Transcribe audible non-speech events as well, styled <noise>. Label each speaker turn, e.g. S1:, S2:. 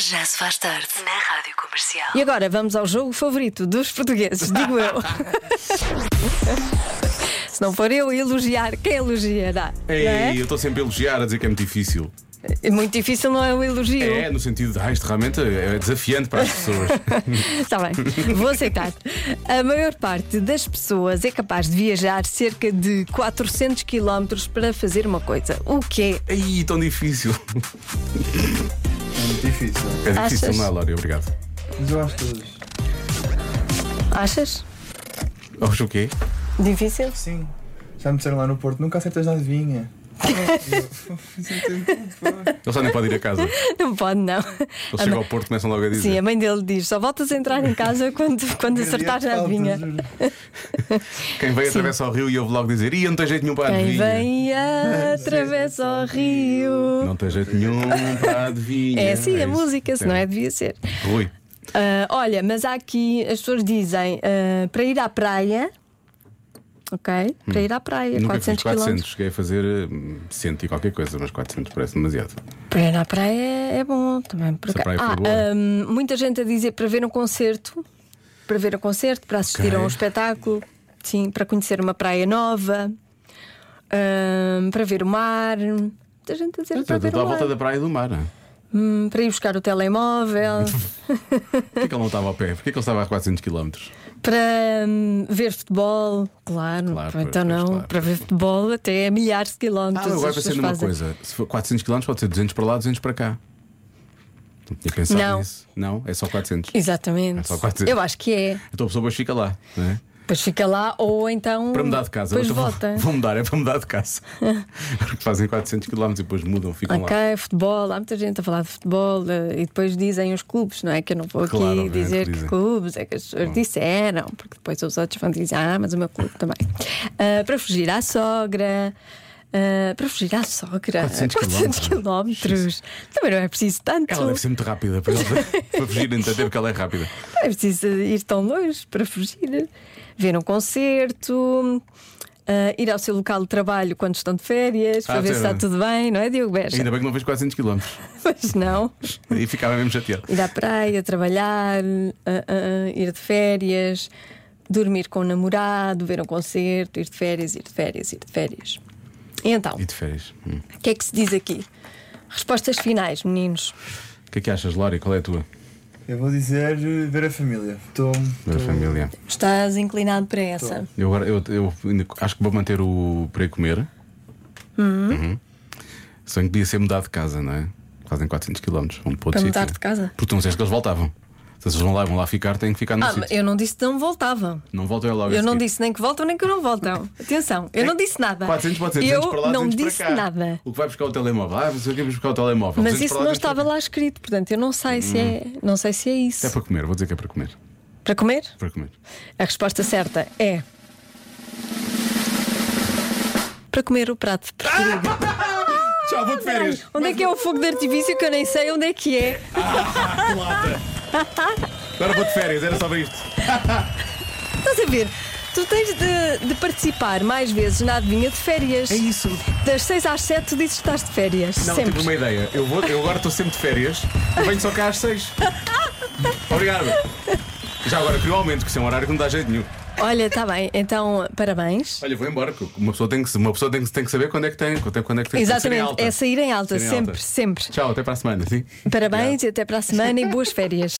S1: Já se faz tarde na Rádio Comercial.
S2: E agora vamos ao jogo favorito dos portugueses, digo eu. Se não for eu a elogiar, quem elogiará?
S3: Ei,
S2: Não é?
S3: eu estou sempre a elogiar, a dizer que é muito difícil.
S2: É Muito difícil não é um elogio.
S3: É, no sentido de, ah, isto realmente é desafiante para as
S2: <laughs>
S3: pessoas.
S2: Está Tá bem, vou aceitar. A maior parte das pessoas é capaz de viajar cerca de 400 km para fazer uma coisa. O que
S3: Ei, tão difícil.
S4: Difícil.
S3: É difícil,
S2: Achas?
S3: não é, Lória? Obrigado.
S4: Mas eu acho que.
S2: achas?
S3: Acho o quê?
S2: Difícil?
S4: Sim. Já me disseram lá no Porto, nunca acertas na adivinha.
S3: Ele só nem pode ir a casa. Ele
S2: Não pode, não.
S3: chega ao Porto e começam logo a dizer.
S2: Sim, a mãe dele diz: só voltas a entrar em casa quando, quando acertares na adivinha.
S3: Quem vem atravessa ao rio e ouve logo dizer, ih, eu não tem jeito nenhum para a
S2: é- Quem
S3: adivinha.
S2: vem atravessa o rio.
S3: Não tem jeito nenhum para a adivinha.
S2: É assim a
S3: isso.
S2: música, se não é, devia ser.
S3: Rui.
S2: Ah, olha, mas há aqui, as pessoas dizem ah, para ir à praia. Ok? Para ir à praia,
S3: Nunca
S2: 400
S3: fiz 400,
S2: km.
S3: cheguei a fazer hum, 100 e qualquer coisa, mas 400 parece demasiado.
S2: Para ir à praia é bom também. Por
S3: Se a
S2: acaso.
S3: praia for
S2: ah,
S3: boa.
S2: ah, muita gente a dizer para ver um concerto, para ver um concerto, para assistir a um
S3: Ok.
S2: espetáculo, sim, para conhecer uma praia nova, ah, para ver o mar. Muita gente a dizer para ver
S3: Estou à
S2: o mar.
S3: volta da praia e do mar. não é?
S2: Hum, para ir buscar o telemóvel,
S3: <laughs> Porquê que ele não estava a pé? Porquê que ele estava a 400 km?
S2: para hum, ver futebol, claro,
S3: Claro,
S2: pô, então
S3: pois,
S2: não,
S3: claro.
S2: para ver futebol até a milhares de
S3: Ah,
S2: quilómetros.
S3: agora
S2: as
S3: pensei
S2: pessoas
S3: numa
S2: fazem.
S3: coisa: se for 400 km, pode ser 200 para lá, 200 para cá. Não tinha pensado
S2: Não.
S3: nisso. Não, é só 400. É
S2: Exatamente.
S3: só 400.
S2: Eu acho que é.
S3: Então a pessoa depois fica lá, não é?
S2: Depois fica lá ou então.
S3: Para mudar de casa.
S2: Hum, Depois
S3: Então vou-
S2: volta.
S3: Vou, mudar, é para mudar
S2: <laughs>
S3: de casa. Porque fazem 400 km e depois mudam, ficam
S2: Ok,
S3: lá.
S2: futebol, há muita gente a falar de futebol eh, e depois dizem os clubes, não é? Que eu não vou aqui
S3: Claro, obviamente
S2: dizer
S3: que
S2: que
S3: dizem. Hum.
S2: clubes, é que as pessoas disseram, porque depois os outros vão dizer, ah, mas o meu clube também. Ah, para fugir à sogra. ah, para fugir à sogra,
S3: 400
S2: quilómetros. Também não é preciso tanto.
S3: Ela <laughs> deve ser muito rápida para, eles- para fugirem tanto, é porque ela é rápida.
S2: Não é preciso ir tão longe para fugir. Ver um concerto, ah, ir ao seu local de trabalho quando estão de férias,
S3: Ah,
S2: para ver se está
S3: sim.
S2: tudo bem, não é, Diogo Beja? <laughs>
S3: Ainda bem que não fez 400 km.
S2: Pois não.
S3: E ficava mesmo chateado.
S2: Ir à praia, trabalhar, ah, ah, ir de férias, dormir com o namorado, ver um concerto, ir de férias, ir de férias, ir de férias. E então,
S3: E de férias. Hum.
S2: o que é que se diz aqui? Respostas finais, meninos.
S3: O que é que achas, Lória? Qual é a tua?
S4: Eu vou dizer eh, ver a família. Estou.
S2: Hum.
S3: Da família.
S2: Estás inclinado para essa?
S3: Eu, agora, eu, eu ainda acho que vou manter o para ir comer.
S2: Hum?
S3: Uhum. Só que podia ser mudar de casa, não é? Fazem 400 km. Vão para outro
S2: Para mudar
S3: sítio.
S2: de casa?
S3: Porque tu não disseste que eles voltavam. Se eles vão lá e vão lá ficar, têm que ficar no
S2: Ah, mas
S3: sítio.
S2: eu não disse que não voltavam.
S3: Não voltam é logo. a
S2: Eu não
S3: seguir.
S2: disse nem que voltam nem que não
S3: <laughs>
S2: voltam. Atenção, eu não disse nada.
S3: 400 É pode ser 200
S2: eu
S3: para lá,
S2: não
S3: 200
S2: disse
S3: para cá.
S2: nada.
S3: O que vai buscar o telemóvel? Ah, você quer buscar o telemóvel.
S2: Mas
S3: 200
S2: isso
S3: para lá,
S2: não
S3: 200 para
S2: estava lá escrito, portanto eu não sei se é, não sei se é
S3: cá. É
S2: isso.
S3: para comer, vou dizer que é para comer.
S2: Para comer?
S3: Para comer.
S2: A resposta certa é. Para comer o prato
S3: Ah,
S2: preferido.
S3: <laughs> Tchau, vou de férias.
S2: Onde é que é o fogo de artifício que eu nem sei onde é que é? <laughs>
S3: Agora vou de férias, era só para isto.
S2: Estás a ver? Tu tens de, de participar mais vezes na adivinha de férias.
S3: É isso.
S2: Das 6 às 7 tu dizes que estás de férias.
S3: Não, tipo
S2: Sempre.
S3: tive uma ideia. Eu, vou, eu agora estou sempre de férias. Eu venho só cá às seis. Obrigado. Já agora criou aumento, que isso é um horário que não dá jeito nenhum.
S2: Olha, está bem, então parabéns.
S3: Olha, vou embora. que Uma pessoa tem que, uma pessoa tem que, tem que saber quando é que tem, quando é, quando é que tem que
S2: Exatamente,
S3: alta.
S2: é sair em alta,
S3: Sair em
S2: sempre,
S3: alta.
S2: sempre.
S3: Tchau, até para a semana, sim?
S2: Parabéns e até para a semana e boas férias.